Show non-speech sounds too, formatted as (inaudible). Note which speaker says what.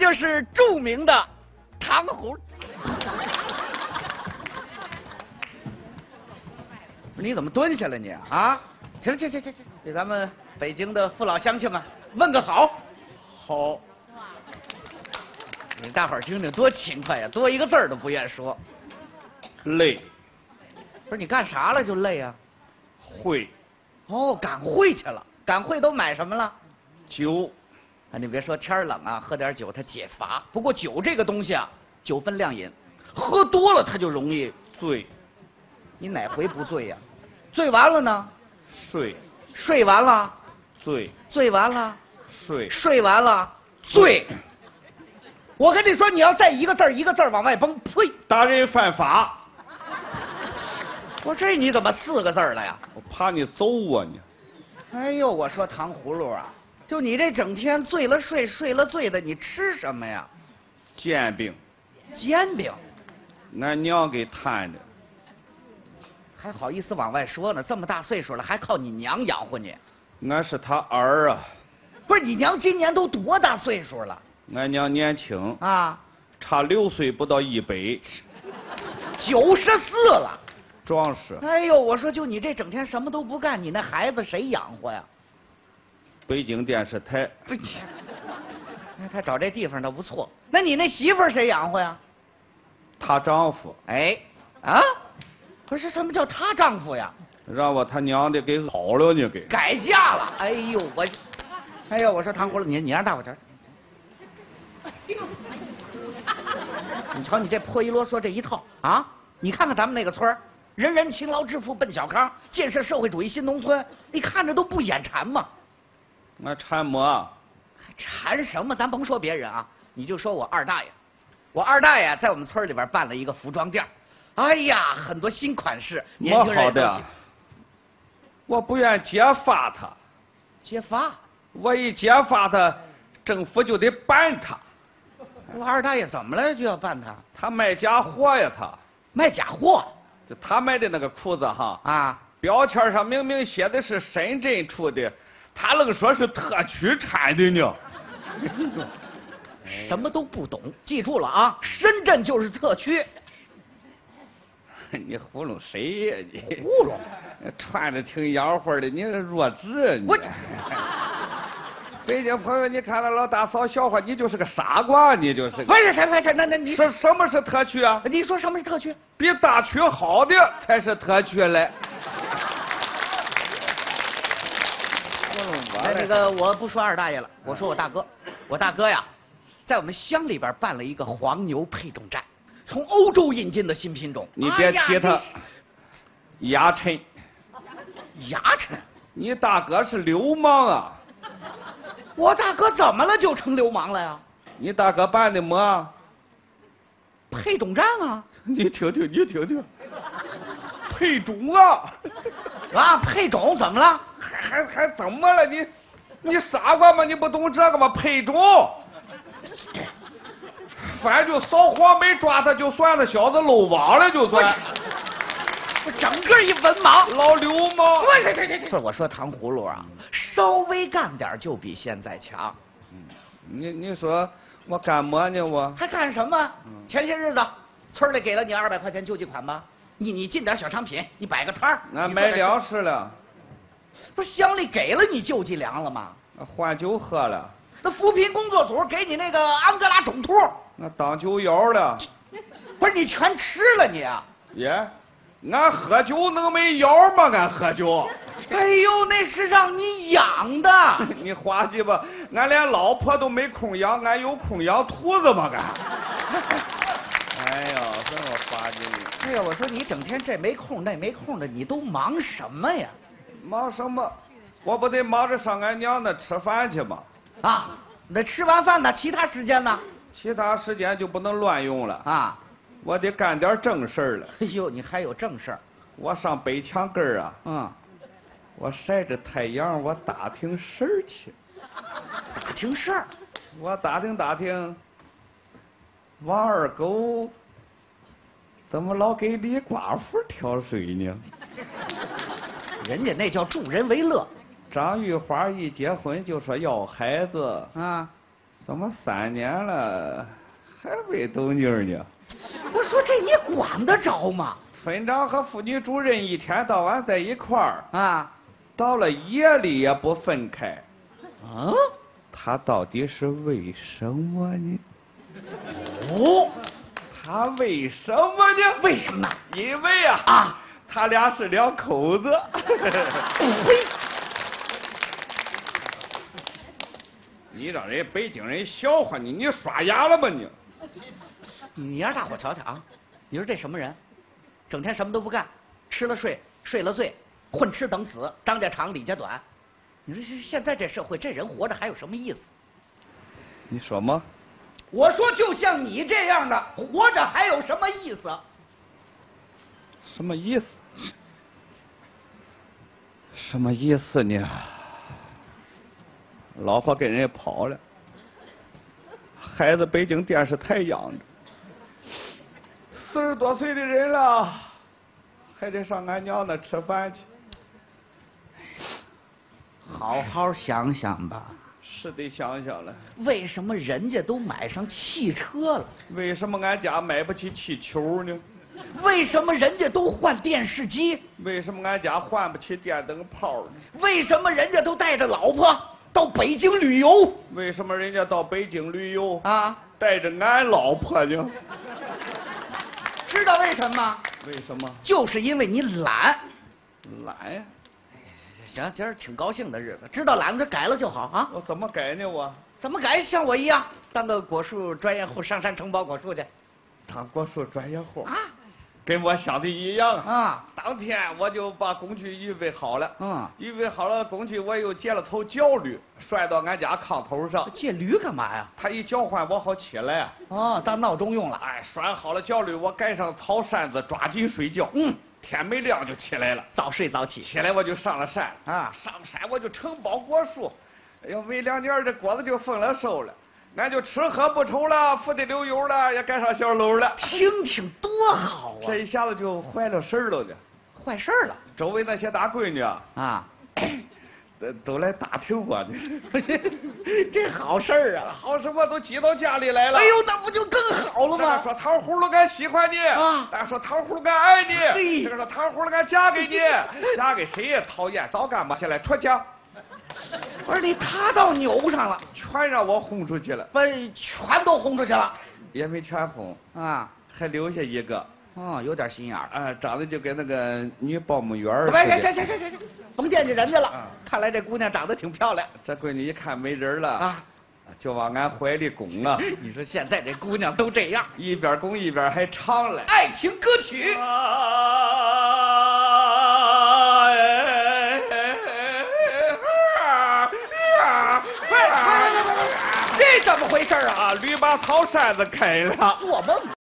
Speaker 1: 他是著名的糖葫芦。
Speaker 2: 你怎么蹲下了你啊？行行行行行，给咱们北京的父老乡亲们问个好。好。你大伙儿听听多勤快呀、多一个字儿都不愿说。
Speaker 3: 累，
Speaker 2: 不是你干啥了就累啊？
Speaker 3: 会，
Speaker 2: 哦，赶会去了，赶会都买什么了？
Speaker 3: 酒，
Speaker 2: 啊，你别说天儿冷啊，喝点酒它解乏。不过酒这个东西啊，酒分量饮，喝多了它就容易。
Speaker 3: 醉，
Speaker 2: 你哪回不醉呀、醉完了呢？
Speaker 3: 睡，
Speaker 2: 睡完了，
Speaker 3: 醉，
Speaker 2: 醉完了，
Speaker 3: 睡，
Speaker 2: 睡完了，醉。我跟你说，你要再一个字儿一个字儿往外崩，呸！
Speaker 3: 打人犯法，
Speaker 2: 我说这你怎么四个字儿了呀？
Speaker 3: 我怕你揍我呢。
Speaker 2: 哎呦，我说糖葫芦啊，就你这整天醉了睡，睡了醉的，你吃什么呀？
Speaker 3: 煎饼，
Speaker 2: 煎饼，
Speaker 3: 俺娘给摊的，
Speaker 2: 还好意思往外说呢？这么大岁数了，还靠你娘养活你？
Speaker 3: 俺是他儿啊。
Speaker 2: 不是你娘今年都多大岁数了
Speaker 3: 俺娘年轻，
Speaker 2: 啊？
Speaker 3: 差六岁不到一百，
Speaker 2: 九十四了。
Speaker 3: 壮实。
Speaker 2: 哎呦，我说就你这整天什么都不干，你那孩子谁养活呀？
Speaker 3: 北京电视台，
Speaker 2: 不，哎他找这地方倒不错。那你那媳妇儿谁养活呀？
Speaker 3: 她丈夫
Speaker 2: 哎，啊，不是什么叫她丈夫呀？
Speaker 3: 让我他娘的给跑了呢，给
Speaker 2: 改嫁了。哎呦，我，哎呦，我说糖葫芦，你你让大伙瞧瞧。你瞧你这破衣啰嗦这一套啊！你看看咱们那个村儿，人人勤劳致富奔小康，建设社会主义新农村，你看着都不眼馋吗？
Speaker 3: 俺啊馋么？
Speaker 2: 馋什么？咱甭说别人啊，你就说我二大爷，我二大爷在我们村里边办了一个服装店儿，哎呀，很多新款式，年轻
Speaker 3: 么
Speaker 2: 人
Speaker 3: 好
Speaker 2: 也
Speaker 3: 的
Speaker 2: 都
Speaker 3: 啊
Speaker 2: 喜，
Speaker 3: 我不愿揭发他，
Speaker 2: 揭发。
Speaker 3: 我一揭发他，政府就得办他，
Speaker 2: 我二大爷怎么了就要办他
Speaker 3: 他卖假货呀，他
Speaker 2: 卖假货
Speaker 3: 就他卖的那个裤子哈，
Speaker 2: 啊？
Speaker 3: 标签上明明写的是深圳出的，他愣说是特区产的呢。 (laughs)
Speaker 2: 什么都不懂，记住了啊！深圳就是特区，
Speaker 3: 你糊弄谁呀你？
Speaker 2: 糊弄。
Speaker 3: (laughs) 穿着挺洋货的，你是弱智啊你！
Speaker 2: 我
Speaker 3: 北京朋友，你看到老大嫂笑话，你就是个傻瓜，你就是
Speaker 2: 不
Speaker 3: 个。
Speaker 2: 是，什么什那那你
Speaker 3: 什什么是特区啊？
Speaker 2: 你说什么是特区？
Speaker 3: 比大区好的才是特区嘞。
Speaker 2: 哎，那个我不说二大爷
Speaker 3: 哎
Speaker 2: 了，我说我大哥，我大哥呀，在我们乡里边办了一个
Speaker 3: 哦
Speaker 2: 黄牛配种站，从欧洲引进的新品种。
Speaker 3: 你别提
Speaker 2: 哎
Speaker 3: 他
Speaker 2: 呀
Speaker 3: 牙碜，
Speaker 2: 这牙碜，
Speaker 3: 你大哥是流氓啊！
Speaker 2: 我大哥怎么了就成流氓了呀？
Speaker 3: 你大哥办的么？
Speaker 2: 配种站啊，
Speaker 3: 你听听，你听听，配种啊！
Speaker 2: 啊，配种怎么了？
Speaker 3: 还还还怎么了你？你傻瓜吗？你不懂这个吗？配种，反正就扫黄没抓他，就算那小子漏网了，就
Speaker 2: 哎
Speaker 3: 算
Speaker 2: 我整个一文盲。
Speaker 3: (laughs) 老流氓。
Speaker 2: 哎不是我说糖葫芦啊，稍微干点儿就比现在强。
Speaker 3: 你你说我干么呢？我
Speaker 2: 还干什么？
Speaker 3: 嗯
Speaker 2: 前些日子村里给了你二百块钱救济款吧？你你进点小商品，你摆个摊儿，
Speaker 3: 俺
Speaker 2: 你哎
Speaker 3: 买
Speaker 2: 做点
Speaker 3: 粮，食了，
Speaker 2: 不是乡里给了你救济粮了吗？
Speaker 3: 换酒喝了，
Speaker 2: 那扶贫工作组给你那个安哥拉种兔，
Speaker 3: 那当酒窑了，
Speaker 2: 不是你全吃了你啊？
Speaker 3: 耶！俺喝酒能没窑吗？俺喝酒， (laughs)
Speaker 2: 哎呦，那是让你养的。
Speaker 3: 你滑稽吧？俺连老婆都没空养，俺有空养兔子吗？俺。 (laughs) 哎呦，这么滑稽你！
Speaker 2: 哎呀，我说你整天这没空那没空的，你都忙什么呀？
Speaker 3: 忙什么？我不得忙着上俺娘那吃饭去吗？
Speaker 2: 啊，那吃完饭呢，其他时间呢？
Speaker 3: 其他时间就不能乱用了，
Speaker 2: 啊，
Speaker 3: 我得干点正事儿了。
Speaker 2: 哎呦，你还有正事儿。
Speaker 3: 我上北墙根儿啊，
Speaker 2: 嗯，
Speaker 3: 我晒着太阳，我打听事儿去。
Speaker 2: 打听事儿。
Speaker 3: 我打听打听，王二狗怎么老给李寡妇挑水呢？
Speaker 2: 人家那叫助人为乐
Speaker 3: 张玉华一结婚就说要孩子，
Speaker 2: 啊！
Speaker 3: 怎么三年了还没动静儿呢？
Speaker 2: 我说这你管得着吗？
Speaker 3: 村长和妇女主任一天到晚在一块儿，
Speaker 2: 啊
Speaker 3: 到了夜里也不分开，
Speaker 2: 啊
Speaker 3: 他到底是为什么呢？
Speaker 2: 哦，
Speaker 3: 他为什么呢？
Speaker 2: 为什么呢？
Speaker 3: 因为啊，
Speaker 2: 啊哎
Speaker 3: 他俩是两口子。
Speaker 2: 呸！
Speaker 3: (laughs) 你让人北京人笑话你，你刷牙了吗你？
Speaker 2: 你让大伙瞧瞧啊，你说这什么人？整天什么都不干，吃了睡，睡了醉，混吃等死，张家长李家短。你说这现在这社会，这人活着还有什么意思？
Speaker 3: 你说嘛？
Speaker 2: 我说，就像你这样的，活着还有什么意思？
Speaker 3: 什么意思？什么意思呢？老婆跟人家跑了，孩子北京电视台养着，四十多岁的人了，还得上俺娘那吃饭去。
Speaker 2: 好好想想吧，
Speaker 3: 是得想想了，
Speaker 2: 为什么人家都买上汽车了？
Speaker 3: 为什么俺家买不起气球呢？
Speaker 2: 为什么人家都换电视机？
Speaker 3: 为什么俺家换不起电灯泡呢？
Speaker 2: 为什么人家都带着老婆到北京旅游
Speaker 3: 为什么人家到北京旅游，
Speaker 2: 啊？
Speaker 3: 带着俺老婆呢？
Speaker 2: 知道为什么吗？
Speaker 3: 为什么？
Speaker 2: 就是因为你懒。
Speaker 3: 懒呀、
Speaker 2: 行，今儿挺高兴的日子，知道懒子改了就好啊。
Speaker 3: 我怎么改呢？我
Speaker 2: 怎么改？像我一样，当个果树专业户，上山承包果树去
Speaker 3: 当果树专业户，
Speaker 2: 啊
Speaker 3: 跟我想的一样啊。
Speaker 2: 啊！
Speaker 3: 当天我就把工具预备好了，
Speaker 2: 嗯
Speaker 3: 预备好了工具，我又接了头焦驴，摔到俺家炕头上。
Speaker 2: 借驴干嘛呀？
Speaker 3: 他一叫唤我好起来啊，
Speaker 2: 哦，当闹钟用了。
Speaker 3: 哎，拴好了焦驴，我盖上草扇子，抓紧睡觉。
Speaker 2: 嗯，
Speaker 3: 天没亮就起来了，
Speaker 2: 早睡早起
Speaker 3: 起来我就上了山
Speaker 2: 啊
Speaker 3: 上山我就承包果树，哎呦，没两年这果子就丰了收了，俺就吃喝不愁了，富得流油了，也盖上小楼了。
Speaker 2: 听听多好啊！
Speaker 3: 这一下子就坏了事儿了呢。
Speaker 2: 坏事儿了
Speaker 3: 周围那些大闺女啊，
Speaker 2: 啊！
Speaker 3: 都都来打听我呢。
Speaker 2: (laughs)
Speaker 3: (laughs)
Speaker 2: 这好事儿啊！
Speaker 3: 好什么都挤到家里来了。
Speaker 2: 哎呦，那不就更好了
Speaker 3: 这个
Speaker 2: 吗？
Speaker 3: 说糖葫芦俺喜欢你，
Speaker 2: 啊
Speaker 3: 那个说糖葫芦俺爱你，
Speaker 2: 嘿
Speaker 3: 这个说糖葫芦俺嫁给你，嫁给谁也讨厌，早干嘛去了？出去，
Speaker 2: 不是你，他到牛上了，
Speaker 3: 全让我轰出去了，
Speaker 2: 把全都轰出去了
Speaker 3: 也没全轰，
Speaker 2: 啊！
Speaker 3: 还留下一个，
Speaker 2: 哦，有点心眼儿。
Speaker 3: 啊，长得就跟那个女保姆员儿似
Speaker 2: 喂，
Speaker 3: 的。
Speaker 2: 行行行行行行，甭惦记人家了
Speaker 3: 啊。
Speaker 2: 看来这姑娘长得挺漂亮
Speaker 3: 这闺女一看没人了，
Speaker 2: 啊。
Speaker 3: 就往俺怀里拱了，
Speaker 2: 你说现在这姑娘都这样，
Speaker 3: 一边拱一边还唱来。
Speaker 2: 爱情歌曲喂喂喂喂喂，这怎么回事儿啊？
Speaker 3: 啊，驴把草扇子开了，
Speaker 2: 做梦吧！